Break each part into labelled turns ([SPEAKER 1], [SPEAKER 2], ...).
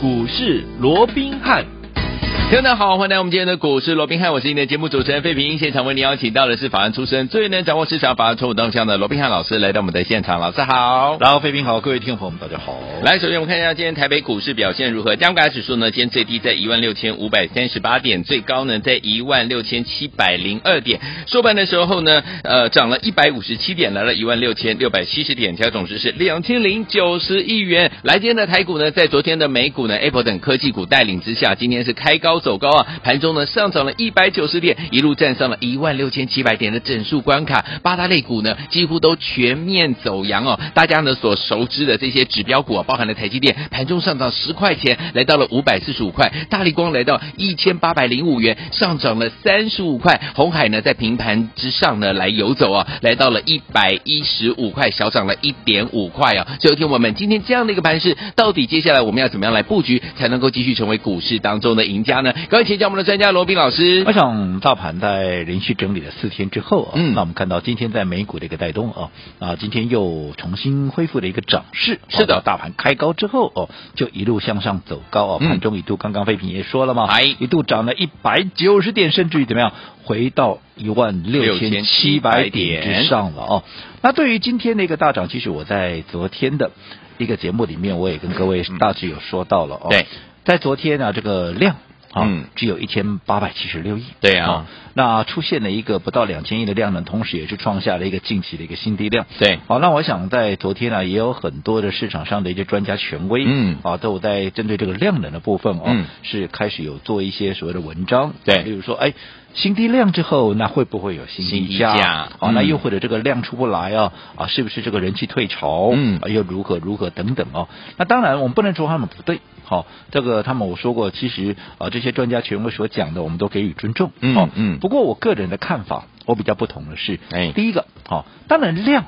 [SPEAKER 1] 股市罗宾汉。听众朋友好，欢迎来到我们今天的股市罗宾汉，我是你的节目主持人费平。现场为您邀请到的是法案出身、最能掌握市场法案错误动向的罗宾汉老师，来到我们的现场。老师好。
[SPEAKER 2] 然后，飞平好，各位听众朋友们，大家好。
[SPEAKER 1] 来，首先我们看一下今天台北股市表现如何。加权指数呢，今天最低在16,538点，最高呢在16,702点。收盘的时候呢，呃，涨了157点，来了16,670点，调总值是2,090亿元。来，今天的台股呢，在昨天的美股呢，Apple 等科技股带领之下，今天是开高走高啊，盘中呢上涨了190点，一路站上了16,700点的整数关卡。八大类股呢，几乎都全面走阳哦。大家呢所熟知的这些指标股啊，包含了台积电，盘中上涨十块钱，来到了五百四十五块；大力光来到一千八百零五元，上涨了三十五块；红海呢在平盘之上呢来游走啊，来到了一百一十五块，小涨了一点五块啊。所以，听我们今天这样的一个盘势，到底接下来我们要怎么样来布局，才能够继续成为股市当中的赢家呢？赶快请教我们的专家罗斌老师
[SPEAKER 2] 我。想大盘在连续整理了四天之后啊，
[SPEAKER 1] 嗯
[SPEAKER 2] 那我们看到今天在美股的一个带动啊，啊，今天又重新恢复了一个涨势。
[SPEAKER 1] 是的
[SPEAKER 2] 啊大盘开高之后哦，就一路向上走高啊，
[SPEAKER 1] 嗯
[SPEAKER 2] 盘中一度刚刚飞平也说了嘛，
[SPEAKER 1] 哎
[SPEAKER 2] 一度涨了一百九十点，甚至于怎么样，回到一万六千七百点之上了哦。那对于今天的一个大涨，其实我在昨天的一个节目里面，我也跟各位大致有说到了哦。
[SPEAKER 1] 嗯对，
[SPEAKER 2] 在昨天啊，这个量啊、
[SPEAKER 1] 嗯
[SPEAKER 2] 只有一千八百七十六亿。
[SPEAKER 1] 对啊
[SPEAKER 2] 哦那出现了一个不到两千亿的量呢，同时也是创下了一个近期的一个新低量。
[SPEAKER 1] 对，
[SPEAKER 2] 好，那我想在昨天呢、也有很多的市场上的一些专家权威，
[SPEAKER 1] 嗯
[SPEAKER 2] 啊，都有在针对这个量能的部分哦，
[SPEAKER 1] 嗯
[SPEAKER 2] 是开始有做一些所谓的文章，
[SPEAKER 1] 对
[SPEAKER 2] 例如说，哎，新低量之后，那会不会有新
[SPEAKER 1] 新低
[SPEAKER 2] 低价？
[SPEAKER 1] 价
[SPEAKER 2] 啊，那
[SPEAKER 1] 嗯
[SPEAKER 2] 又或者这个量出不来啊，啊，是不是这个人气退潮？
[SPEAKER 1] 嗯
[SPEAKER 2] 啊又如何如何等等哦。那当然，我们不能说他们不对，好、这个他们我说过，其实啊，这些专家权威所讲的，我们都给予尊重，
[SPEAKER 1] 嗯
[SPEAKER 2] 哦
[SPEAKER 1] 嗯
[SPEAKER 2] 不过我个人的看法，我比较不同的是，
[SPEAKER 1] 哎
[SPEAKER 2] 第一个，好、当然量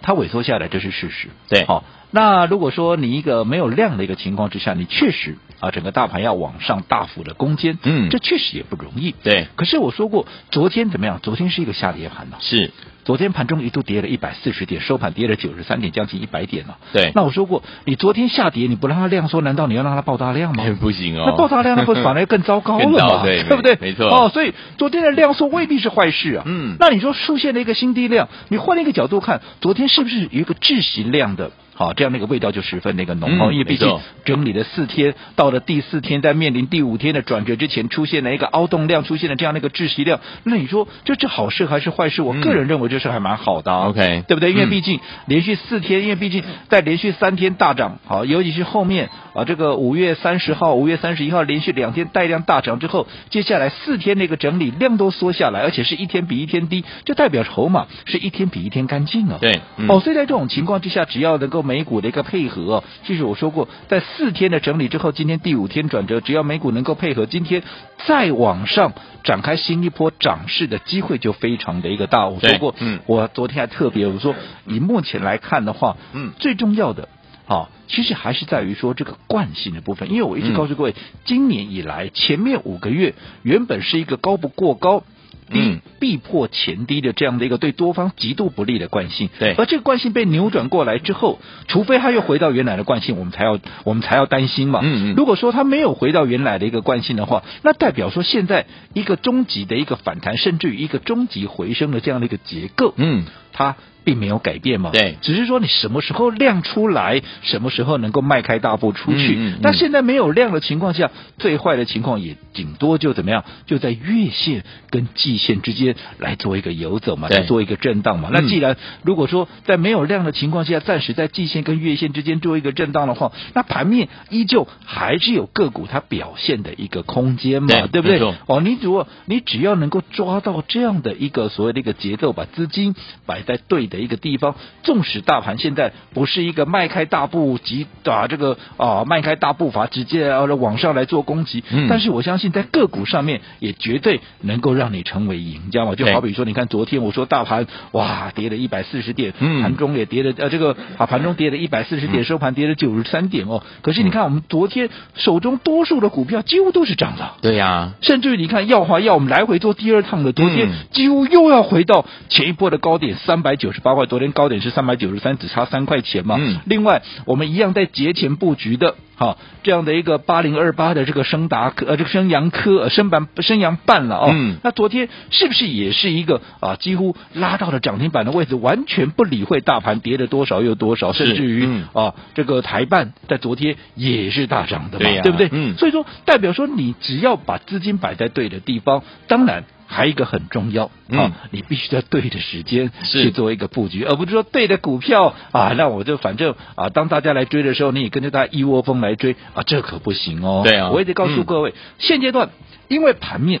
[SPEAKER 2] 它萎缩下来这是事实，
[SPEAKER 1] 对
[SPEAKER 2] 好、那如果说你一个没有量的一个情况之下，你确实啊，整个大盘要往上大幅的攻坚，
[SPEAKER 1] 嗯
[SPEAKER 2] 这确实也不容易，
[SPEAKER 1] 对，
[SPEAKER 2] 可是我说过，昨天怎么样？昨天是一个下跌盘呐、
[SPEAKER 1] 是，
[SPEAKER 2] 昨天盘中一度跌了一百四十点，收盘跌了九十三点，将近一百点了、
[SPEAKER 1] 对，
[SPEAKER 2] 那我说过，你昨天下跌，你不让它量缩，难道你要让它爆大量吗？
[SPEAKER 1] 不行哦，
[SPEAKER 2] 那爆炸量那不是反而更糟糕了
[SPEAKER 1] 更糟
[SPEAKER 2] 嘛？
[SPEAKER 1] 对
[SPEAKER 2] 不 对？
[SPEAKER 1] 没没错
[SPEAKER 2] 哦，所以昨天的量缩未必是坏事啊。
[SPEAKER 1] 嗯
[SPEAKER 2] 那你说出现了一个新低量，你换一个角度看，昨天是不是有一个窒息量的？好，这样的一个味道就十分的一个浓厚，
[SPEAKER 1] 嗯
[SPEAKER 2] 因为毕
[SPEAKER 1] 没
[SPEAKER 2] 竟
[SPEAKER 1] 错
[SPEAKER 2] 整理了四天，到了第四天，在面临第五天的转折之前，出现了一个凹洞量，出现了这样的一个窒息量，那你说这是好事还是坏事？我
[SPEAKER 1] 嗯
[SPEAKER 2] 个人认为这是还蛮好的、啊
[SPEAKER 1] OK
[SPEAKER 2] 对不对？因为
[SPEAKER 1] 嗯
[SPEAKER 2] 毕竟连续四天，因为毕竟在连续三天大涨，好，尤其是后面啊，这个五月三十号、五月三十一号连续两天带量大涨之后，接下来四天那个整理量都缩下来，而且是一天比一天低，这代表筹码是一天比一天干净啊。
[SPEAKER 1] 对嗯
[SPEAKER 2] 哦，所以在这种情况之下，只要能够美股的一个配合，就是我说过，在四天的整理之后，今天第五天转折，只要美股能够配合，今天再往上展开新一波涨势的机会就非常的一个大。我
[SPEAKER 1] 对
[SPEAKER 2] 说过，
[SPEAKER 1] 嗯
[SPEAKER 2] 我昨天还特别我说，以目前来看的话，
[SPEAKER 1] 嗯
[SPEAKER 2] 最重要的。好，其实还是在于说这个惯性的部分，因为我一直
[SPEAKER 1] 嗯
[SPEAKER 2] 告诉各位，今年以来前面五个月原本是一个高不过高。
[SPEAKER 1] 嗯
[SPEAKER 2] 低必破前低的这样的一个对多方极度不利的惯性，
[SPEAKER 1] 对
[SPEAKER 2] 而这个惯性被扭转过来之后，除非它又回到原来的惯性，我们才要我们才要担心嘛。
[SPEAKER 1] 嗯嗯
[SPEAKER 2] 如果说它没有回到原来的一个惯性的话，那代表说现在一个终极的一个反弹，甚至于一个终极回升的这样的一个结构，
[SPEAKER 1] 嗯，
[SPEAKER 2] 它并没有改变嘛。
[SPEAKER 1] 对
[SPEAKER 2] 只是说你什么时候量出来，什么时候能够迈开大步出去。
[SPEAKER 1] 嗯嗯嗯
[SPEAKER 2] 那现在没有量的情况下，最坏的情况也顶多就怎么样，就在月线跟季线之间来做一个游走嘛，
[SPEAKER 1] 对
[SPEAKER 2] 来做一个震荡嘛。
[SPEAKER 1] 嗯
[SPEAKER 2] 那既然如果说在没有量的情况下，暂时在季线跟月线之间做一个震荡的话，那盘面依旧还是有个股它表现的一个空间嘛，
[SPEAKER 1] 对
[SPEAKER 2] 对不对
[SPEAKER 1] 没错？
[SPEAKER 2] 哦，你如果你只要能够抓到这样的一个所谓的一个节奏，把资金摆在对的一个地方，纵使大盘现在不是一个迈开大步急啊这个啊迈开大步伐直接啊往上来做攻击，
[SPEAKER 1] 嗯
[SPEAKER 2] 但是我相信在个股上面也绝对能够让你成为赢家嘛。就
[SPEAKER 1] 对
[SPEAKER 2] 好比说，你看昨天我说大盘哇跌了一百四十点，
[SPEAKER 1] 嗯
[SPEAKER 2] 盘中也跌了呃这个啊盘中跌了一百四十点，收盘跌了九十三点哦。可是你看我们昨天手中多数的股票几乎都是涨的。
[SPEAKER 1] 对呀，
[SPEAKER 2] 甚至于你看耀华耀，我们来回做第二趟的，昨天
[SPEAKER 1] 嗯
[SPEAKER 2] 几乎又要回到前一波的高点三百九十八块，昨天高点是三百九十三，只差三块钱嘛。
[SPEAKER 1] 嗯
[SPEAKER 2] 另外，我们一样在节前布局的，好、这样的一个八零二八的这个升达科，呃，这个升阳科，呃升板升阳半了哦。
[SPEAKER 1] 嗯
[SPEAKER 2] 那昨天是不是也是一个啊，几乎拉到了涨停板的位置，完全不理会大盘跌了多少又多少，
[SPEAKER 1] 是
[SPEAKER 2] 甚至于、
[SPEAKER 1] 嗯
[SPEAKER 2] 啊，这个台办在昨天也是大涨的嘛，
[SPEAKER 1] 对呀
[SPEAKER 2] 不对？
[SPEAKER 1] 嗯
[SPEAKER 2] 所以说代表说你只要把资金摆在对的地方，当然。还有一个很重要
[SPEAKER 1] 嗯
[SPEAKER 2] 啊，你必须在对的时间
[SPEAKER 1] 是
[SPEAKER 2] 去做一个布局，而不是说对的股票啊，那我就反正啊，当大家来追的时候，你也跟着大家一窝蜂来追啊，这可不行哦。
[SPEAKER 1] 对啊
[SPEAKER 2] 我一直告诉
[SPEAKER 1] 嗯
[SPEAKER 2] 各位，现阶段因为盘面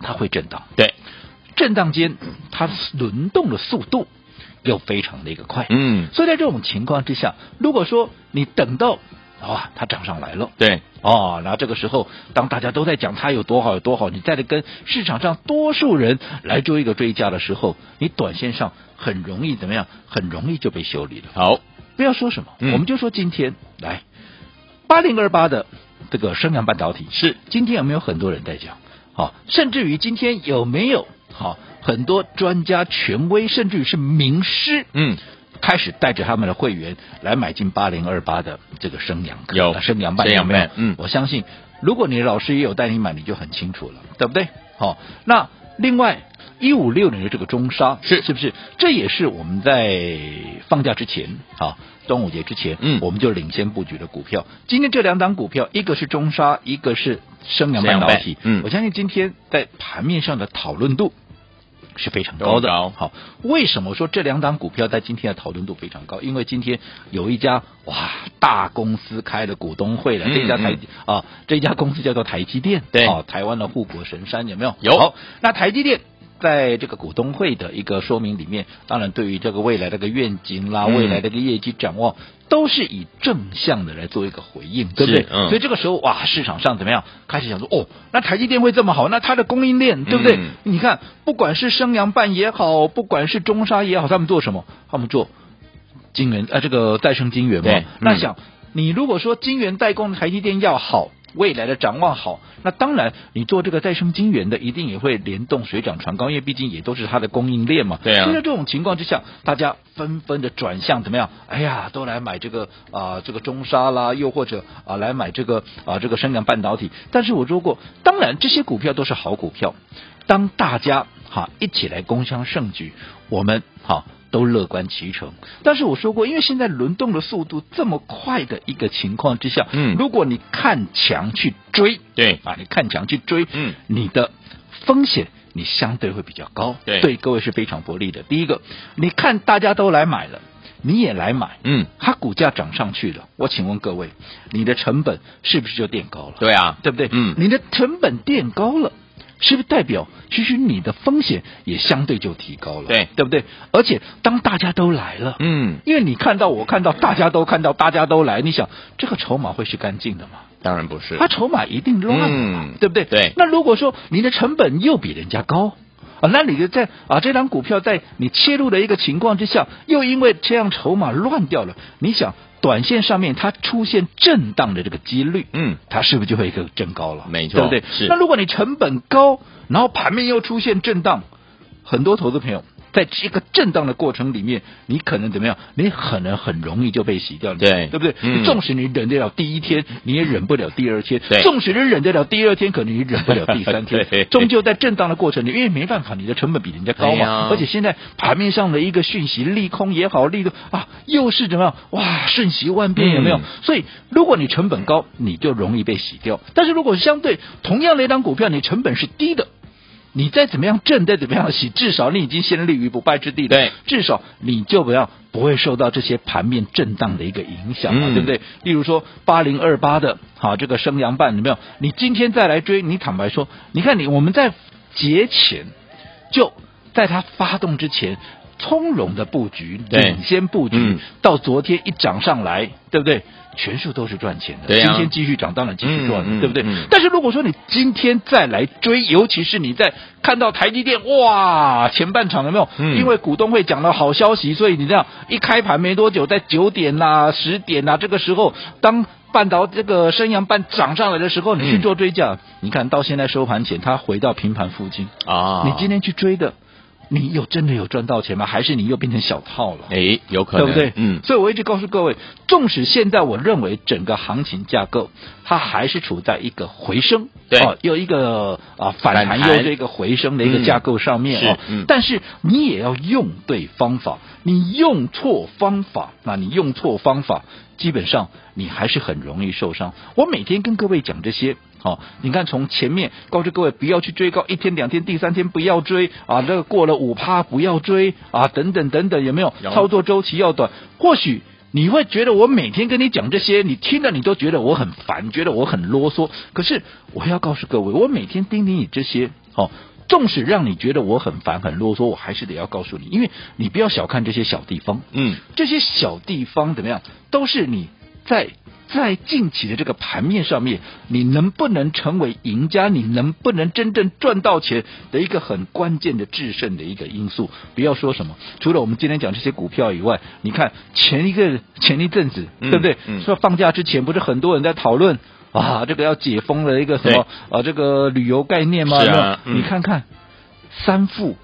[SPEAKER 2] 它会震荡，
[SPEAKER 1] 对，
[SPEAKER 2] 震荡间它轮动的速度又非常的一个快，
[SPEAKER 1] 嗯，
[SPEAKER 2] 所以在这种情况之下，如果说你等到哇它涨上来了。
[SPEAKER 1] 对，
[SPEAKER 2] 哦，然后这个时候，当大家都在讲它有多好有多好，你再来跟市场上多数人来做一个追加的时候，你短线上很容易怎么样？很容易就被修理了。
[SPEAKER 1] 好，
[SPEAKER 2] 不要说什么，
[SPEAKER 1] 嗯
[SPEAKER 2] 我们就说今天来八零二八的这个升阳半导体
[SPEAKER 1] 是
[SPEAKER 2] 今天有没有很多人在讲？好、甚至于今天有没有好、很多专家权威，甚至于是名师，
[SPEAKER 1] 嗯，
[SPEAKER 2] 开始带着他们的会员来买进八零二八的这个升阳课
[SPEAKER 1] 有
[SPEAKER 2] 啊升阳半
[SPEAKER 1] 升
[SPEAKER 2] 有
[SPEAKER 1] 阳
[SPEAKER 2] 没有
[SPEAKER 1] 半？嗯
[SPEAKER 2] 我相信如果你的老师也有带你买，你就很清楚了，对不对？好、那另外。一五六零的这个中沙
[SPEAKER 1] 是
[SPEAKER 2] 是不是？这也是我们在放假之前啊，端午节之前，
[SPEAKER 1] 嗯
[SPEAKER 2] 我们就领先布局的股票。今天这两档股票，一个是中沙，一个是升阳半导
[SPEAKER 1] 升阳
[SPEAKER 2] 体
[SPEAKER 1] 半。嗯
[SPEAKER 2] 我相信今天在盘面上的讨论度是非常高的。
[SPEAKER 1] 都很高
[SPEAKER 2] 好，为什么说这两档股票在今天的讨论度非常高？因为今天有一家哇大公司开了股东会了，
[SPEAKER 1] 嗯
[SPEAKER 2] 这家台、啊这家公司叫做台积电，
[SPEAKER 1] 对
[SPEAKER 2] 哦，台湾的护国神山有没有？
[SPEAKER 1] 有
[SPEAKER 2] 好，那台积电。在这个股东会的一个说明里面，当然对于这个未来的一个愿景啦，
[SPEAKER 1] 嗯
[SPEAKER 2] 未来的一个业绩展望，都是以正向的来做一个回应，对不对？
[SPEAKER 1] 嗯
[SPEAKER 2] 所以这个时候哇，市场上怎么样？开始想说哦，那台积电会这么好，那它的供应链对不对？
[SPEAKER 1] 嗯
[SPEAKER 2] 你看，不管是升阳半也好，不管是中沙也好，他们做什么？他们做晶圆呃，这个再生晶圆嘛。
[SPEAKER 1] 对嗯
[SPEAKER 2] 那想、你如果说晶圆代工的台积电要好。未来的展望好，那当然，你做这个再生晶圆的，一定也会联动水涨船高，因为毕竟也都是它的供应链嘛。
[SPEAKER 1] 对啊
[SPEAKER 2] 所以在这种情况之下，大家纷纷的转向怎么样？哎呀，都来买这个啊、这个中沙啦，又或者啊、来买这个啊、这个生阳半导体。但是我说过，当然这些股票都是好股票，当大家哈一起来共襄盛举，我们哈都乐观其成。但是我说过，因为现在轮动的速度这么快的一个情况之下，
[SPEAKER 1] 嗯
[SPEAKER 2] 如果你看强去追
[SPEAKER 1] 对，
[SPEAKER 2] 啊，你看强去追，
[SPEAKER 1] 嗯，
[SPEAKER 2] 你的风险你相对会比较高，
[SPEAKER 1] 对
[SPEAKER 2] 各位是非常不利的。第一个，你看大家都来买了，你也来买，
[SPEAKER 1] 嗯，
[SPEAKER 2] 它股价涨上去了，我请问各位，你的成本是不是就垫高了？
[SPEAKER 1] 对啊，
[SPEAKER 2] 对不对？
[SPEAKER 1] 嗯
[SPEAKER 2] 你的成本垫高了。是不是代表其实你的风险也相对就提高了？
[SPEAKER 1] 对
[SPEAKER 2] 对不对？而且当大家都来了，
[SPEAKER 1] 嗯，
[SPEAKER 2] 因为你看到我看到大家都看到大家都来，你想这个筹码会是干净的吗？
[SPEAKER 1] 当然不是
[SPEAKER 2] 它，筹码一定乱的嘛，
[SPEAKER 1] 嗯
[SPEAKER 2] 对不对？
[SPEAKER 1] 对
[SPEAKER 2] 那如果说你的成本又比人家高。啊，那你就在啊，这张股票在你切入的一个情况之下，又因为这样筹码乱掉了，你想短线上面它出现震荡的这个几率，
[SPEAKER 1] 嗯，
[SPEAKER 2] 它是不是就会更增高了？
[SPEAKER 1] 没错
[SPEAKER 2] 对不对？
[SPEAKER 1] 是
[SPEAKER 2] 那如果你成本高，然后盘面又出现震荡，很多投资朋友在这个震荡的过程里面，你可能怎么样？你可能很容易就被洗掉，
[SPEAKER 1] 对
[SPEAKER 2] 对不对？
[SPEAKER 1] 嗯
[SPEAKER 2] 你纵使你忍得了第一天，你也忍不了第二天；
[SPEAKER 1] 对
[SPEAKER 2] 纵使你忍得了第二天，可能你忍不了第三
[SPEAKER 1] 对
[SPEAKER 2] 天。终究在震荡的过程里，因为没办法，你的成本比人家高
[SPEAKER 1] 对
[SPEAKER 2] 嘛，
[SPEAKER 1] 呀
[SPEAKER 2] 而且现在盘面上的一个讯息利空也好，利多啊，又是怎么样？哇，瞬息万变有没有？
[SPEAKER 1] 嗯
[SPEAKER 2] 所以，如果你成本高，你就容易被洗掉；但是如果相对同样的一档股票，你成本是低的，你再怎么样挣，再怎么样洗，至少你已经先立于不败之地了。
[SPEAKER 1] 对，
[SPEAKER 2] 至少你就不要不会受到这些盘面震荡的一个影响嘛，
[SPEAKER 1] 嗯
[SPEAKER 2] 对不对？例如说八零二八的，好、这个升阳半有没有？你今天再来追，你坦白说，你看你我们在节前就在它发动之前。从容的布局，
[SPEAKER 1] 对
[SPEAKER 2] 领先布局，
[SPEAKER 1] 嗯
[SPEAKER 2] 到昨天一涨上来，对不对？全数都是赚钱的。
[SPEAKER 1] 对呀
[SPEAKER 2] 今天继续涨，当然继续赚，
[SPEAKER 1] 嗯嗯
[SPEAKER 2] 对不对？
[SPEAKER 1] 嗯
[SPEAKER 2] 但是如果说你今天再来追，尤其是你在看到台积电哇前半场有没有？
[SPEAKER 1] 嗯
[SPEAKER 2] 因为股东会讲了好消息，所以你这样一开盘没多久，在九点呐、十点啊呐、这个时候，当半导这个升阳半涨上来的时候，你去
[SPEAKER 1] 嗯
[SPEAKER 2] 做追加，你看到现在收盘前，它回到平盘附近，
[SPEAKER 1] 啊，
[SPEAKER 2] 你今天去追的。你有真的有赚到钱吗？还是你又变成小套了？
[SPEAKER 1] 哎，有可
[SPEAKER 2] 对
[SPEAKER 1] 能，
[SPEAKER 2] 不对？
[SPEAKER 1] 嗯，
[SPEAKER 2] 所以我一直告诉各位，纵使现在我认为整个行情架构它还是处在一个回升，
[SPEAKER 1] 对
[SPEAKER 2] 哦，有一个啊反
[SPEAKER 1] 反
[SPEAKER 2] 弹
[SPEAKER 1] 弹
[SPEAKER 2] 又这个回升的一个架构上面、
[SPEAKER 1] 嗯
[SPEAKER 2] 哦
[SPEAKER 1] 是嗯
[SPEAKER 2] 但是你也要用对方法，你用错方法，那你用错方法，基本上你还是很容易受伤。我每天跟各位讲这些。好、你看从前面告诉各位不要去追高，一天两天，第三天不要追啊，这个过了五趴不要追啊，等等等等，有没有
[SPEAKER 1] 有
[SPEAKER 2] 操作周期要短？或许你会觉得我每天跟你讲这些，你听了你都觉得我很烦，觉得我很啰嗦。可是我要告诉各位，我每天叮咛你这些，哦。纵使让你觉得我很烦很啰嗦，我还是得要告诉你，因为你不要小看这些小地方，
[SPEAKER 1] 嗯，
[SPEAKER 2] 这些小地方怎么样，都是你在在近期的这个盘面上面，你能不能成为赢家，你能不能真正赚到钱的一个很关键的制胜的一个因素。不要说什么，除了我们今天讲这些股票以外，你看前一个前一阵子，
[SPEAKER 1] 嗯
[SPEAKER 2] 对不对？
[SPEAKER 1] 嗯
[SPEAKER 2] 说放假之前，不是很多人在讨论啊，这个要解封的一个什么啊，这个旅游概念吗？
[SPEAKER 1] 是啊
[SPEAKER 2] 有没有
[SPEAKER 1] 嗯
[SPEAKER 2] 你看看三富。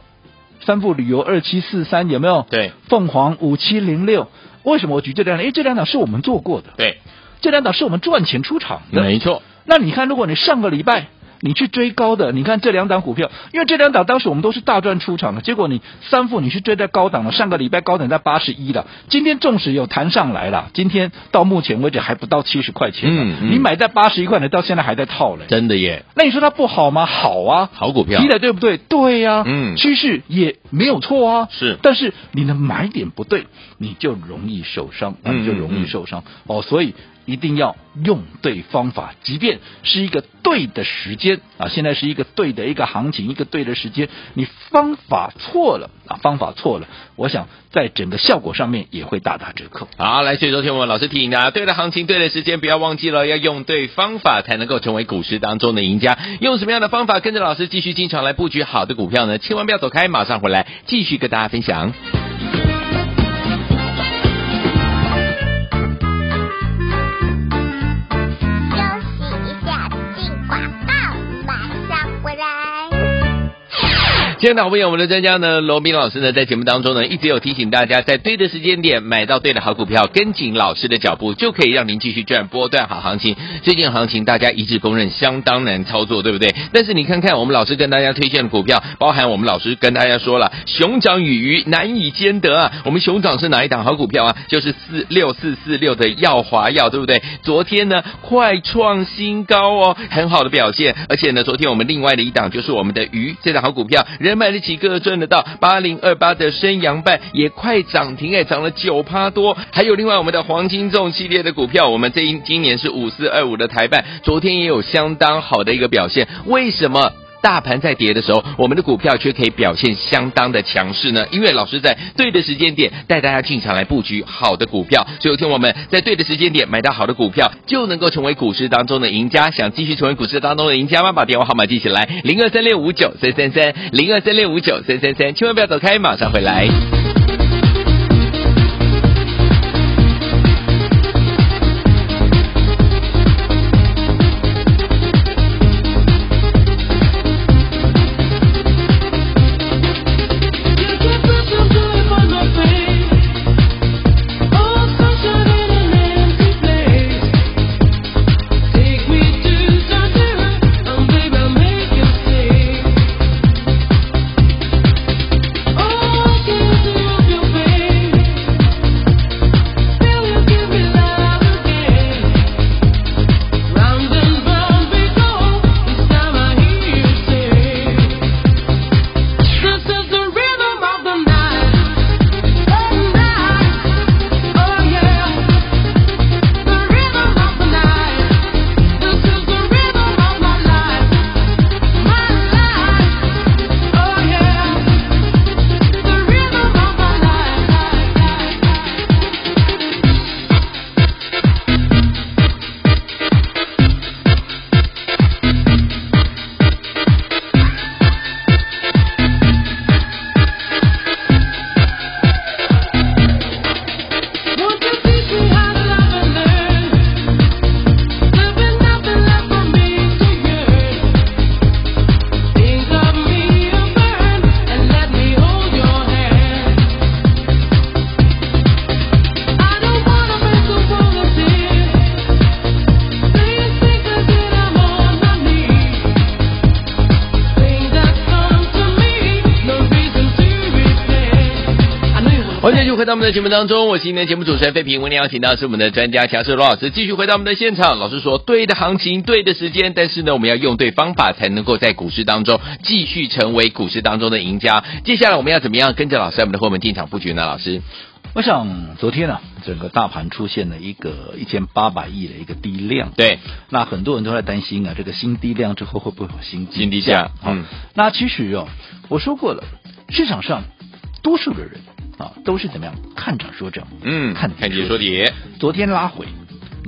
[SPEAKER 2] 三富旅游二七四三有没有？
[SPEAKER 1] 对
[SPEAKER 2] 凤凰五七零六，为什么我举这两档？因为这两档是我们做过的，
[SPEAKER 1] 对，
[SPEAKER 2] 这两档是我们赚钱出场的。
[SPEAKER 1] 没错，
[SPEAKER 2] 那你看，如果你上个礼拜你去追高的，你看这两档股票，因为这两档当时我们都是大赚出场的，结果你三富你去追在高档了，上个礼拜高点在八十一了，今天纵使有弹上来了，今天到目前为止还不到七十块钱呢
[SPEAKER 1] 嗯嗯
[SPEAKER 2] 你买在八十一块呢，到现在还在套嘞。
[SPEAKER 1] 真的耶，
[SPEAKER 2] 那你说它不好吗？好啊，
[SPEAKER 1] 好股票
[SPEAKER 2] 提，的对不对？对呀、
[SPEAKER 1] 嗯
[SPEAKER 2] 趋势也没有错啊，
[SPEAKER 1] 是
[SPEAKER 2] 但是你的买点不对，你就容易受伤，啊
[SPEAKER 1] 嗯
[SPEAKER 2] 你就容易受伤、哦，所以。一定要用对方法，即便是一个对的时间啊，现在是一个对的一个行情，一个对的时间，你方法错了啊，方法错了，我想在整个效果上面也会大打折扣。
[SPEAKER 1] 好，来，所以昨天我们老师提醒大家，对的行情，对的时间，不要忘记了，要用对方法才能够成为股市当中的赢家。用什么样的方法跟着老师继续进场来布局好的股票呢？千万不要走开，马上回来继续跟大家分享。
[SPEAKER 3] 休息一下，进广告，马上回来。
[SPEAKER 1] 今天的好朋友，我们的专家呢，罗斌老师呢，在节目当中呢，一直有提醒大家，在对的时间点买到对的好股票，跟紧老师的脚步，就可以让您继续赚波段好行情。最近行情大家一致公认相当难操作，对不对？但是你看看我们老师跟大家推荐的股票，包含我们老师跟大家说了，熊掌与鱼难以兼得啊。我们熊掌是哪一档好股票啊？就是四 六四四六的耀华药，对不对？昨天呢，快创新高哦，很好的表现。而且呢，昨天我们另外的一档就是我们的鱼这档好股票，人买得起，个赚得到。八零二八的升阳半也快涨停哎，涨了九趴多。还有另外我们的黄金重系列的股票，我们这一今年是五四二五的台办，昨天也有相当好的一个表现。为什么？大盘在跌的时候，我们的股票却可以表现相当的强势呢？因为老师在对的时间点带大家进场来布局好的股票，所以听我们在对的时间点买到好的股票，就能够成为股市当中的赢家。想继续成为股市当中的赢家吗？把电话号码记起来：零二三六五九三三三，零二三六五九三三三，千万不要走开，马上回来。
[SPEAKER 4] You can put your love on my face. Oh, sunshine in an empty place. Take me to Santana, and baby I'll make you stay. Oh, I can't do
[SPEAKER 5] Oh, Oh,
[SPEAKER 1] 到我们的节目当中，我是今天的节目主持人费平。为您邀请到是我们的专家乔治罗老师，继续回到我们的现场。老师说，对的行情，对的时间，但是呢，我们要用对方法，才能够在股市当中继续成为股市当中的赢家。接下来我们要怎么样跟着老师在我们的后门进场布局呢？老师，
[SPEAKER 2] 我想昨天啊，整个大盘出现了一个一千八百亿的一个低量，
[SPEAKER 1] 对，
[SPEAKER 2] 那很多人都在担心啊，这个新低量之后会不会有新低
[SPEAKER 1] 新低价嗯
[SPEAKER 2] 嗯，那其实哦，我说过了，市场上多数的人啊都是怎么样看涨说涨，
[SPEAKER 1] 嗯，
[SPEAKER 2] 看
[SPEAKER 1] 看解说跌，
[SPEAKER 2] 昨天拉回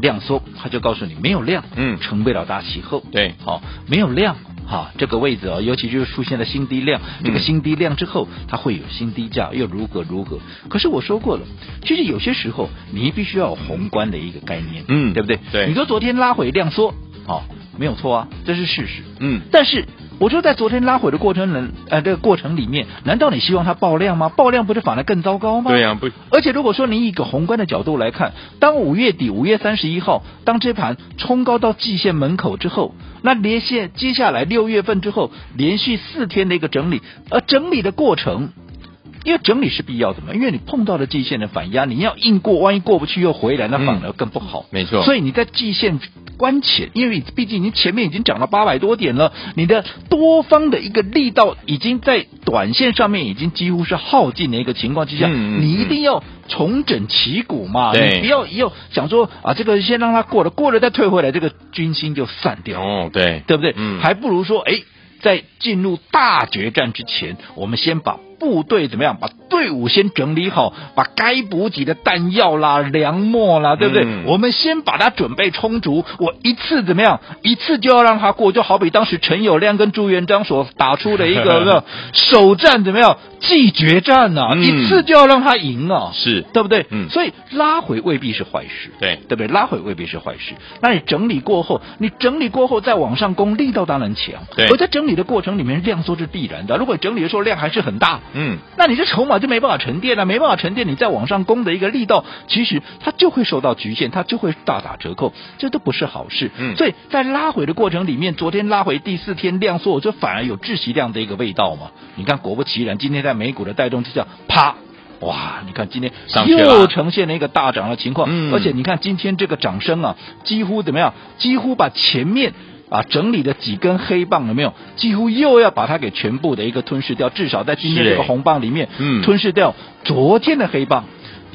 [SPEAKER 2] 量缩，他就告诉你没有量，
[SPEAKER 1] 嗯
[SPEAKER 2] 成不了大气候。
[SPEAKER 1] 对
[SPEAKER 2] 好、没有量。哈，这个位置哦，尤其就是出现了新低量，这个
[SPEAKER 1] 嗯
[SPEAKER 2] 新低量之后，它会有新低价，又如何如何？可是我说过了，其实有些时候你必须要有宏观的一个概念，
[SPEAKER 1] 嗯
[SPEAKER 2] 对不对？
[SPEAKER 1] 对
[SPEAKER 2] 你说昨天拉回量缩，哦，没有错啊，这是事实。
[SPEAKER 1] 嗯，
[SPEAKER 2] 但是我说在昨天拉回的过程人，呃，这个过程里面，难道你希望它爆量吗？爆量不是反而更糟糕吗？
[SPEAKER 1] 对呀、不，
[SPEAKER 2] 而且如果说你以一个宏观的角度来看，当五月底五月三十一号，当这盘冲高到季线门口之后，那连线接下来六月份之后连续四天的一个整理，而整理的过程。因为整理是必要的嘛，因为你碰到了季线的反压，你要硬过，万一过不去又回来，那反而更不好。
[SPEAKER 1] 嗯没错
[SPEAKER 2] 所以你在季线关前，因为毕竟你前面已经涨了八百多点了，你的多方的一个力道已经在短线上面已经几乎是耗尽的一个情况之下，
[SPEAKER 1] 嗯嗯
[SPEAKER 2] 你一定
[SPEAKER 1] 嗯
[SPEAKER 2] 一定要重整旗鼓嘛，
[SPEAKER 1] 对
[SPEAKER 2] 你不要又想说啊，这个先让它过了，过了再退回来，这个军心就散掉了，
[SPEAKER 1] 哦，对，
[SPEAKER 2] 对不对？
[SPEAKER 1] 嗯
[SPEAKER 2] 还不如说，哎，在进入大决战之前，我们先把部队怎么样，把队伍先整理好，把该补给的弹药啦、粮墨啦，对不对？
[SPEAKER 1] 嗯
[SPEAKER 2] 我们先把它准备充足，我一次怎么样，一次就要让它过，就好比当时陈友谅跟朱元璋所打出的一个 有没有首战怎么样，季决战呐、
[SPEAKER 1] 嗯
[SPEAKER 2] 一次就要让他赢啊，
[SPEAKER 1] 是，
[SPEAKER 2] 对不对？
[SPEAKER 1] 嗯
[SPEAKER 2] 所以拉回未必是坏事，
[SPEAKER 1] 对
[SPEAKER 2] 对不对？拉回未必是坏事。那你整理过后，你整理过后再往上攻，力道当然强。
[SPEAKER 1] 对
[SPEAKER 2] 而在整理的过程里面，量缩是必然的。如果整理的时候量还是很大，
[SPEAKER 1] 嗯，
[SPEAKER 2] 那你这筹码就没办法沉淀了，啊没办法沉淀，你再往上攻的一个力道，其实它就会受到局限，它就会大打折扣，这都不是好事。
[SPEAKER 1] 嗯
[SPEAKER 2] 所以在拉回的过程里面，昨天拉回第四天量缩，就反而有窒息量的一个味道嘛。你看，果不其然，今天在美股的带动之下，啪。哇，你看今天
[SPEAKER 1] 上去了
[SPEAKER 2] 又呈现了一个大涨的情况，
[SPEAKER 1] 嗯
[SPEAKER 2] 而且你看今天这个掌声啊，几乎怎么样？几乎把前面啊整理的几根黑棒有没有？几乎又要把它给全部的一个吞噬掉，至少在今天
[SPEAKER 1] 是
[SPEAKER 2] 这个
[SPEAKER 1] 欸
[SPEAKER 2] 红棒里面，
[SPEAKER 1] 嗯
[SPEAKER 2] 吞噬掉昨天的黑棒，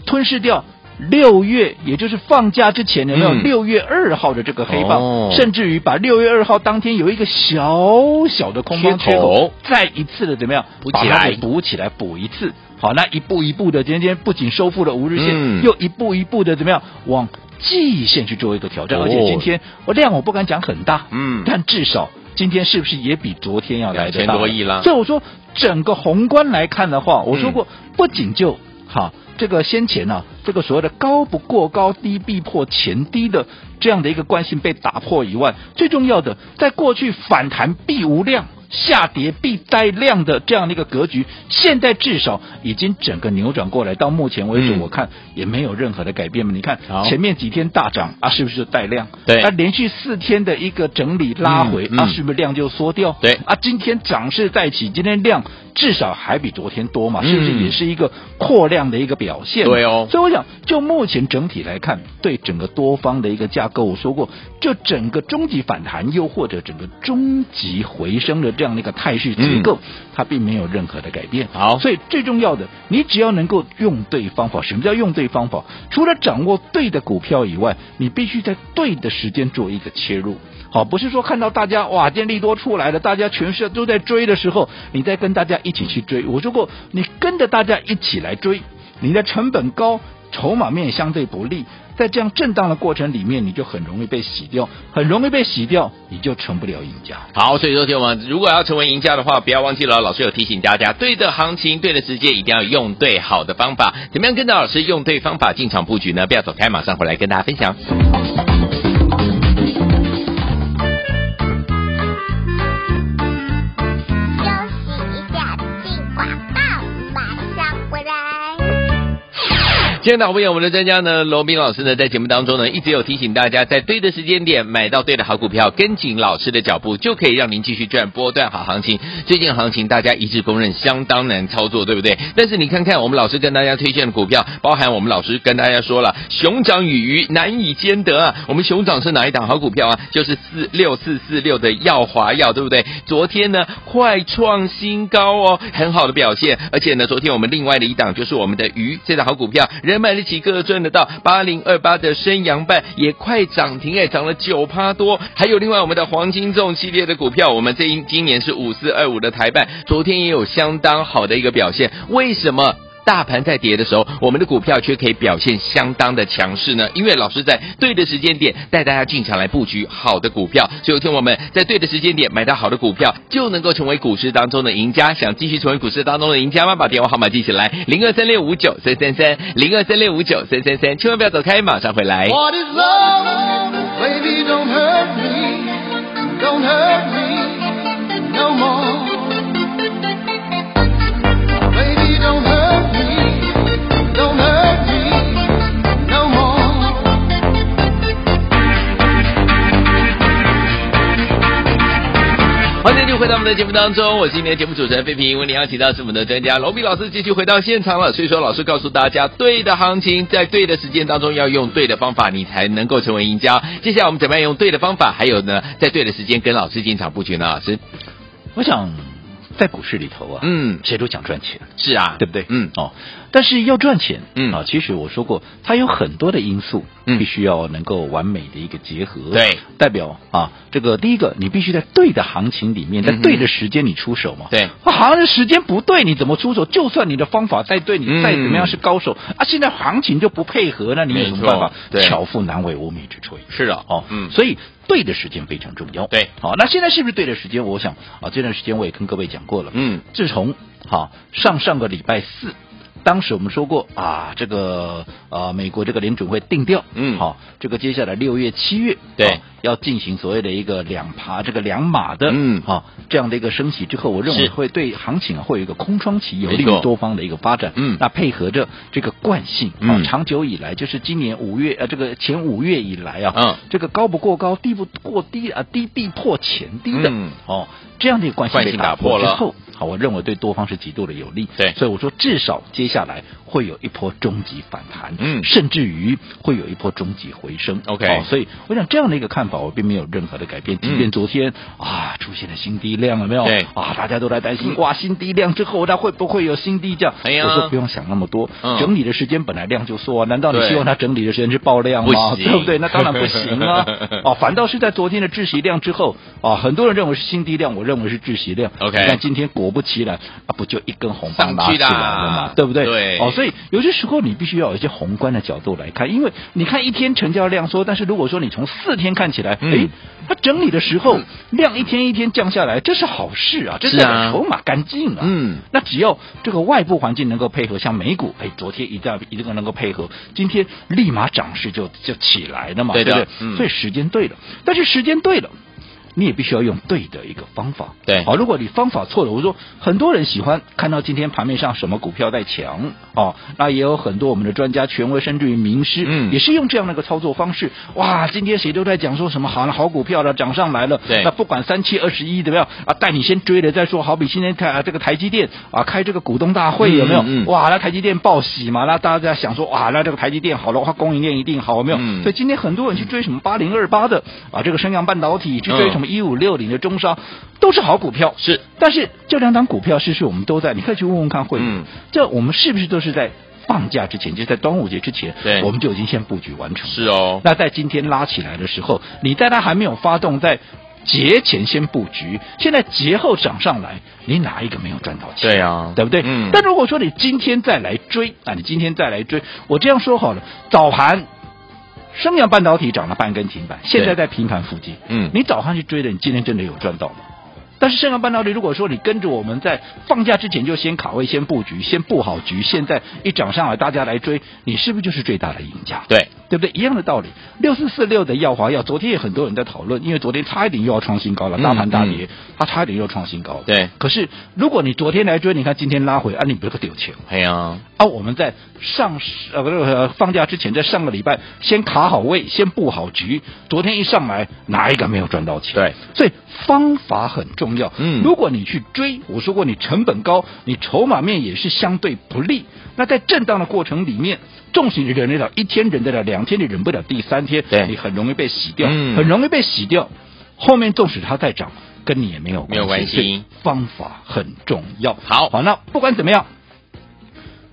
[SPEAKER 2] 吞噬掉。六月，也就是放假之前有没有
[SPEAKER 1] 嗯
[SPEAKER 2] 六月二号的这个黑棒，
[SPEAKER 1] 哦
[SPEAKER 2] 甚至于把六月二号当天有一个小小的空方
[SPEAKER 1] 缺
[SPEAKER 2] 缺
[SPEAKER 1] 口
[SPEAKER 2] 口，再一次的怎么样
[SPEAKER 1] 补
[SPEAKER 2] 把
[SPEAKER 1] 起
[SPEAKER 2] 它
[SPEAKER 1] 来
[SPEAKER 2] 给补起来，补一次。好，那一步一步的，今天不仅收复了五日线，
[SPEAKER 1] 嗯
[SPEAKER 2] 又一步一步的怎么样往季线去做一个挑战，
[SPEAKER 1] 哦
[SPEAKER 2] 而且今天我量我不敢讲很大，
[SPEAKER 1] 嗯
[SPEAKER 2] 但至少今天是不是也比昨天要来的大
[SPEAKER 1] 2000多亿啦
[SPEAKER 2] 所以我说，整个宏观来看的话，我说过，
[SPEAKER 1] 嗯
[SPEAKER 2] 不仅就哈这个先前呢、啊，这个所谓的高不过高，低必破前低的这样的一个惯性被打破以外，最重要的，在过去反弹必无量。下跌必带量的这样的一个格局，现在至少已经整个扭转过来。到目前为止，
[SPEAKER 1] 嗯
[SPEAKER 2] 我看也没有任何的改变嘛。你看
[SPEAKER 1] 好
[SPEAKER 2] 前面几天大涨啊，是不是就带量？
[SPEAKER 1] 对
[SPEAKER 2] 那连续四天的一个整理拉回、
[SPEAKER 1] 嗯嗯
[SPEAKER 2] 啊，是不是量就缩掉？
[SPEAKER 1] 对
[SPEAKER 2] 啊，今天涨势再起，今天量至少还比昨天多嘛，
[SPEAKER 1] 嗯
[SPEAKER 2] 是不是也是一个扩量的一个表现？
[SPEAKER 1] 对哦
[SPEAKER 2] 所以我想，就目前整体来看，对整个多方的一个架构，我说过，就整个终极反弹，又或者整个终极回升的这样的一个态势结构，
[SPEAKER 1] 嗯
[SPEAKER 2] 它并没有任何的改变。
[SPEAKER 1] 好
[SPEAKER 2] 哦所以最重要的，你只要能够用对方法。什么叫用对方法？除了掌握对的股票以外，你必须在对的时间做一个切入。好，不是说看到大家哇，电力多出来了，大家全市都在追的时候，你再跟大家一起去追。我说过，你跟着大家一起来追，你的成本高，筹码面相对不利，在这样震荡的过程里面，你就很容易被洗掉，很容易被洗掉，你就成不了赢家。
[SPEAKER 1] 好，所以说，听我们如果要成为赢家的话，不要忘记了，老师有提醒大家，对的行情、对的时间，一定要用对好的方法。怎么样跟着老师用对方法进场布局呢？不要走开，马上回来跟大家分享。
[SPEAKER 3] 休息一下，进广告，马上回来。
[SPEAKER 1] 今天的好朋友，我们的专家呢，罗斌老师呢，在节目当中呢，一直有提醒大家，在对的时间点买到对的好股票，跟紧老师的脚步，就可以让您继续赚波段好行情。最近行情大家一致公认相当难操作，对不对？但是你看看我们老师跟大家推荐的股票，包含我们老师跟大家说了，熊掌与鱼难以兼得啊。我们熊掌是哪一档好股票啊？就是四六四四六的耀华药，对不对？昨天呢，快创新高哦，很好的表现。而且呢，昨天我们另外的一档就是我们的鱼这档好股票，人买得起，个赚得到。八零二八的升阳半也快涨停哎，涨了九趴多。还有另外我们的黄金重系列的股票，我们这一今年是五四二五的台办，昨天也有相当好的一个表现。为什么？大盘在跌的时候，我们的股票却可以表现相当的强势呢？因为老师在对的时间点带大家进场来布局好的股票，所以听我们在对的时间点买到好的股票，就能够成为股市当中的赢家。想继续成为股市当中的赢家吗？把电话号码记起来：零二三六五九三三三，零二三六五九三三三，千万不要走开，马上回来。
[SPEAKER 5] What is love? Baby, don't hurt me. Don't hurt me no more. Baby, don't hurt me. Don't hurt me no more.
[SPEAKER 1] 好欢迎继续回到我们的节目当中，我是今天的节目主持人费平，为您邀请到是我们的专家罗斌老师继续回到现场了。所以说，老师告诉大家，对的行情在对的时间当中要用对的方法，你才能够成为赢家。接下来我们怎么样用对的方法，还有呢，在对的时间跟老师进场布局呢？老师，
[SPEAKER 2] 我想在股市里头啊，
[SPEAKER 1] 嗯
[SPEAKER 2] 谁都想赚钱，
[SPEAKER 1] 是啊，
[SPEAKER 2] 对不对？
[SPEAKER 1] 嗯，
[SPEAKER 2] 哦，但是要赚钱，
[SPEAKER 1] 嗯
[SPEAKER 2] 啊，其实我说过，它有很多的因素，
[SPEAKER 1] 嗯
[SPEAKER 2] 必须要能够完美的一个结合，
[SPEAKER 1] 对，
[SPEAKER 2] 代表啊，这个第一个，你必须在对的行情里面，在
[SPEAKER 1] 嗯哼
[SPEAKER 2] 对的时间你出手嘛，
[SPEAKER 1] 对
[SPEAKER 2] 啊，行情时间不对，你怎么出手？就算你的方法再对，
[SPEAKER 1] 嗯
[SPEAKER 2] 你再怎么样是高手啊，现在行情就不配合，那你有什
[SPEAKER 1] 没
[SPEAKER 2] 么
[SPEAKER 1] 错
[SPEAKER 2] 办法？
[SPEAKER 1] 对
[SPEAKER 2] 巧妇难为无米之炊，
[SPEAKER 1] 是的，
[SPEAKER 2] 哦，
[SPEAKER 1] 嗯，
[SPEAKER 2] 所以对的时间非常重要。
[SPEAKER 1] 对
[SPEAKER 2] 好，那现在是不是对的时间？我想啊，这段时间我也跟各位讲过了，
[SPEAKER 1] 嗯，
[SPEAKER 2] 自从好上上个礼拜四。当时我们说过啊，这个呃，美国这个联准会定调，
[SPEAKER 1] 嗯
[SPEAKER 2] 好、这个接下来六月、七月，
[SPEAKER 1] 对
[SPEAKER 2] 啊要进行所谓的一个两爬这个两码的，
[SPEAKER 1] 嗯
[SPEAKER 2] 好、这样的一个升息之后，我认为
[SPEAKER 1] 是
[SPEAKER 2] 会对行情啊会有一个空窗期，有
[SPEAKER 1] 没
[SPEAKER 2] 利
[SPEAKER 1] 错
[SPEAKER 2] 于多方的一个发展，
[SPEAKER 1] 嗯
[SPEAKER 2] 那配合着这个惯性，啊
[SPEAKER 1] 嗯，
[SPEAKER 2] 长久以来就是今年五月呃，这个前五月以来啊，
[SPEAKER 1] 嗯
[SPEAKER 2] 这个高不过高，低不过低啊，低地破前低的、
[SPEAKER 1] 嗯
[SPEAKER 2] 哦，这样的一个关系
[SPEAKER 1] 惯
[SPEAKER 2] 被
[SPEAKER 1] 性打
[SPEAKER 2] 打
[SPEAKER 1] 破
[SPEAKER 2] 破之
[SPEAKER 1] 了
[SPEAKER 2] 后，好，我认为对多方是极度的有利。
[SPEAKER 1] 对
[SPEAKER 2] 所以我说至少接下来会有一波终极反弹，
[SPEAKER 1] 嗯
[SPEAKER 2] 甚至于会有一波终极回升。
[SPEAKER 1] OK
[SPEAKER 2] 哦所以我想这样的一个看法，我并没有任何的改变。即
[SPEAKER 1] 嗯
[SPEAKER 2] 便昨天、啊出现了新低量，有没有？
[SPEAKER 1] 对嗯
[SPEAKER 2] 啊，大家都在担心、哇，新低量之后它会不会有新低价？
[SPEAKER 1] 哎呀
[SPEAKER 2] 我说不用想那么多，
[SPEAKER 1] 嗯
[SPEAKER 2] 整理的时间本来量就缩啊，难道你
[SPEAKER 1] 对
[SPEAKER 2] 希望它整理的时间是爆量？量吗
[SPEAKER 1] 不行！
[SPEAKER 2] 对不对？那当然不行啊 哦，反倒是在昨天的窒息量之后，啊，很多人认为是新低量，我认为是窒息量。
[SPEAKER 1] OK
[SPEAKER 2] 但今天果不其然，啊，不就一根红棒
[SPEAKER 1] 上
[SPEAKER 2] 拉
[SPEAKER 1] 去
[SPEAKER 2] 起
[SPEAKER 1] 啦
[SPEAKER 2] 来了嘛，对不对？
[SPEAKER 1] 对
[SPEAKER 2] 哦，所以有些时候你必须要有一些宏观的角度来看，因为你看一天成交量缩，但是如果说你从四天看起来，
[SPEAKER 1] 嗯
[SPEAKER 2] 诶，它整理的时候量一天一天降下来，这是好事啊，这
[SPEAKER 1] 是啊
[SPEAKER 2] 代表筹码干净啊。
[SPEAKER 1] 嗯，
[SPEAKER 2] 那只要这个外部环境能够配合，像美股，哎，昨天一旦一定能够配合，今天立马涨势就就起来了嘛，
[SPEAKER 1] 对的
[SPEAKER 2] 不对？
[SPEAKER 1] 嗯
[SPEAKER 2] 所以时间对了，但是时间对了。你也必须要用对的一个方法，
[SPEAKER 1] 对
[SPEAKER 2] 好，如果你方法错了，我说很多人喜欢看到今天盘面上什么股票在强，哦，那也有很多我们的专家、权威，甚至于名师，
[SPEAKER 1] 嗯
[SPEAKER 2] 也是用这样的一个操作方式。哇，今天谁都在讲说什么好了，好股票了，涨上来了，
[SPEAKER 1] 对
[SPEAKER 2] 那不管三七二十一怎么样啊，带你先追了再说。好比今天台、啊、这个台积电啊，开这个股东大会有没有？
[SPEAKER 1] 嗯嗯
[SPEAKER 2] 哇，那台积电报喜嘛，那大家想说哇，那这个台积电好的话，供应链一定好，有没有？
[SPEAKER 1] 嗯
[SPEAKER 2] 所以今天很多人去追什么八零二八的啊，这个升阳半导体，去追
[SPEAKER 1] 嗯
[SPEAKER 2] 什么一五六零的中商，都是好股票。
[SPEAKER 1] 是，
[SPEAKER 2] 但是这两档股票，是不是我们都在？你可以去问问看会员，
[SPEAKER 1] 嗯
[SPEAKER 2] 这我们是不是都是在放假之前，就是在端午节之前，
[SPEAKER 1] 对
[SPEAKER 2] 我们就已经先布局完成了？
[SPEAKER 1] 是哦，
[SPEAKER 2] 那在今天拉起来的时候，你在它还没有发动，在节前先布局，现在节后涨上来，你哪一个没有赚到钱？
[SPEAKER 1] 对啊
[SPEAKER 2] 对不对？
[SPEAKER 1] 嗯
[SPEAKER 2] 但如果说你今天再来追啊，你今天再来追，我这样说好了，早盘。升阳半导体涨了半根停板，现在在平盘附近。
[SPEAKER 1] 嗯
[SPEAKER 2] 你早上去追的，你今天真的有赚到吗？但是升阳半导体，如果说你跟着我们在放假之前就先卡位、先布局、先布好局，现在一涨上来大家来追，你是不是就是最大的赢家？
[SPEAKER 1] 对，
[SPEAKER 2] 对不对？一样的道理，六四四六的耀华药，昨天也很多人在讨论，因为昨天差一点又要创新高了，
[SPEAKER 1] 嗯
[SPEAKER 2] 大盘大
[SPEAKER 1] 嗯
[SPEAKER 2] 跌，它差一点又创新高了。
[SPEAKER 1] 对
[SPEAKER 2] 可是如果你昨天来追，你看今天拉回，啊，你不是丢钱吗？
[SPEAKER 1] 哎呀，
[SPEAKER 2] 啊，我们在上市呃不是呃放假之前，在上个礼拜先卡好位，先布好局。昨天一上来，哪一个没有赚到钱？
[SPEAKER 1] 对，
[SPEAKER 2] 所以方法很重要。
[SPEAKER 1] 嗯
[SPEAKER 2] 如果你去追，我说过你成本高，你筹码面也是相对不利。那在震荡的过程里面，纵使你忍得了一天，忍得了两天，你忍不了第三天，
[SPEAKER 1] 对
[SPEAKER 2] 你很容易被洗掉，
[SPEAKER 1] 嗯
[SPEAKER 2] 很容易被洗掉。后面纵使它再涨，跟你也没有关系
[SPEAKER 1] 没有关系
[SPEAKER 2] 所以方法很重要。
[SPEAKER 1] 好
[SPEAKER 2] 好，那不管怎么样。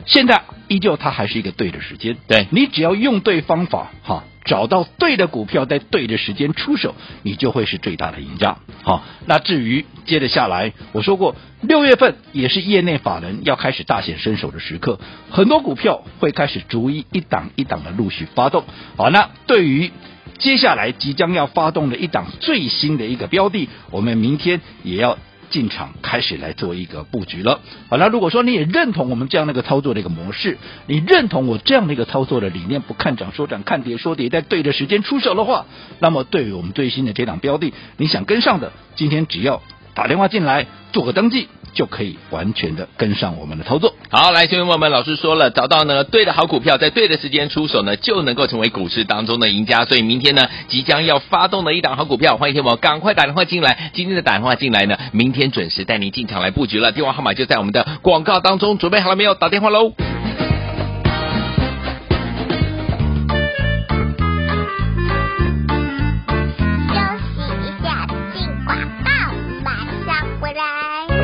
[SPEAKER 2] 现在依旧它还是一个对的时间，
[SPEAKER 1] 对
[SPEAKER 2] 你只要用对方法，哈，找到对的股票，在对的时间出手，你就会是最大的赢家。好，那至于接着下来，我说过，六月份也是业内法人要开始大显身手的时刻，很多股票会开始逐一一档一档的陆续发动。好，那对于接下来即将要发动的一档最新的一个标的，我们明天也要进场开始来做一个布局了。好了，那如果说你也认同我们这样的一个操作的一个模式，你认同我这样的一个操作的理念，不看涨说涨，看跌说跌，在对的时间出手的话，那么对于我们最新的这档标的，你想跟上的，今天只要打电话进来做个登记，就可以完全的跟上我们的操作。
[SPEAKER 1] 好，来，学员朋友们，老师说了，找到呢对的好股票，在对的时间出手呢，就能够成为股市当中的赢家。所以明天呢，即将要发动的一档好股票，欢迎听我赶快打电话进来。今天的打电话进来呢，明天准时带您进场来布局了。电话号码就在我们的广告当中，准备好了没有？打电话喽。
[SPEAKER 3] 休息一下，进广告，马上回来。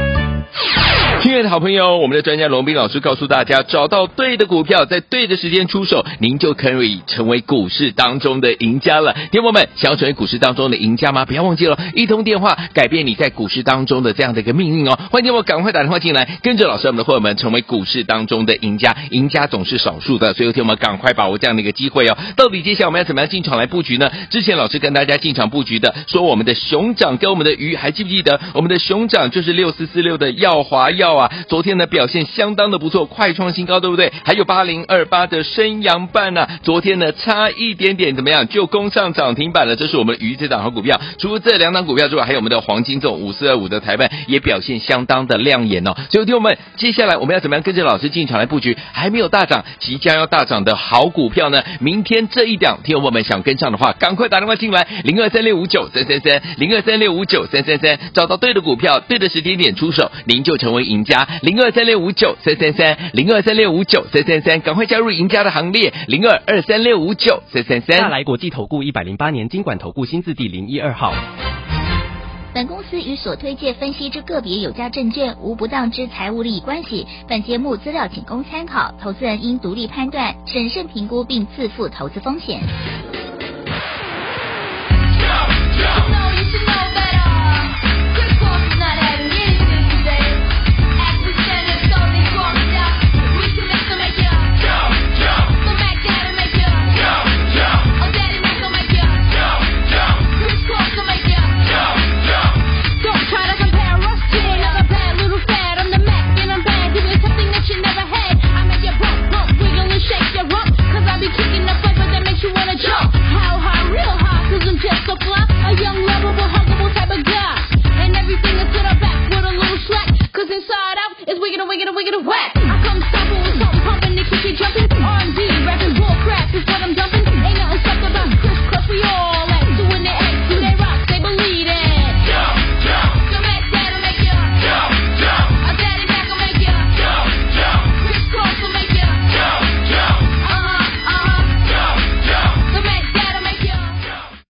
[SPEAKER 1] 亲爱的好朋友，我们的专家龙斌老师告诉大家，找到对的股票，在对的时间出手，您就可以成为股市当中的赢家了。听众朋友们，想要成为股市当中的赢家吗？不要忘记了，一通电话改变你在股市当中的这样的一个命运哦。欢迎听我赶快打电话进来，跟着老师我们的伙伴们成为股市当中的赢家。赢家总是少数的，所以听我们赶快把握这样的一个机会哦。到底接下来我们要怎么样进场来布局呢？之前老师跟大家进场布局的，说我们的熊掌跟我们的鱼，还记不记得？我们的熊掌就是六四四六的耀华药啊，昨天呢表现相当的不错，快创新高，对不对？还有八零二八的升阳半呢、昨天呢差一点点怎么样就攻上涨停板了，这是我们鱼这档好股票。除了这两档股票之外，还有我们的黄金总五四二五的台办也表现相当的亮眼哦。所以，听我们接下来我们要怎么样跟着老师进场来布局？还没有大涨，即将要大涨的好股票呢？明天这一档，听我们想跟上的话，赶快打电话进来，零二三六五九三三三，零二三六五九三三三，找到对的股票，对的时间点出手，您就成为赢家。零二三六五九三三三，零二三六五九三三三，赶快加入赢家的行列，零二二三六五九三三三。
[SPEAKER 6] 大来国际投顾一百零八年经管投顾新字第零一二号。
[SPEAKER 7] 本公司与所推介分析之个别有价证券无不当之财务利益关系。本节目资料仅供参考，投资人应独立判断、审慎评估并自负投资风险。
[SPEAKER 8] No, you should know better.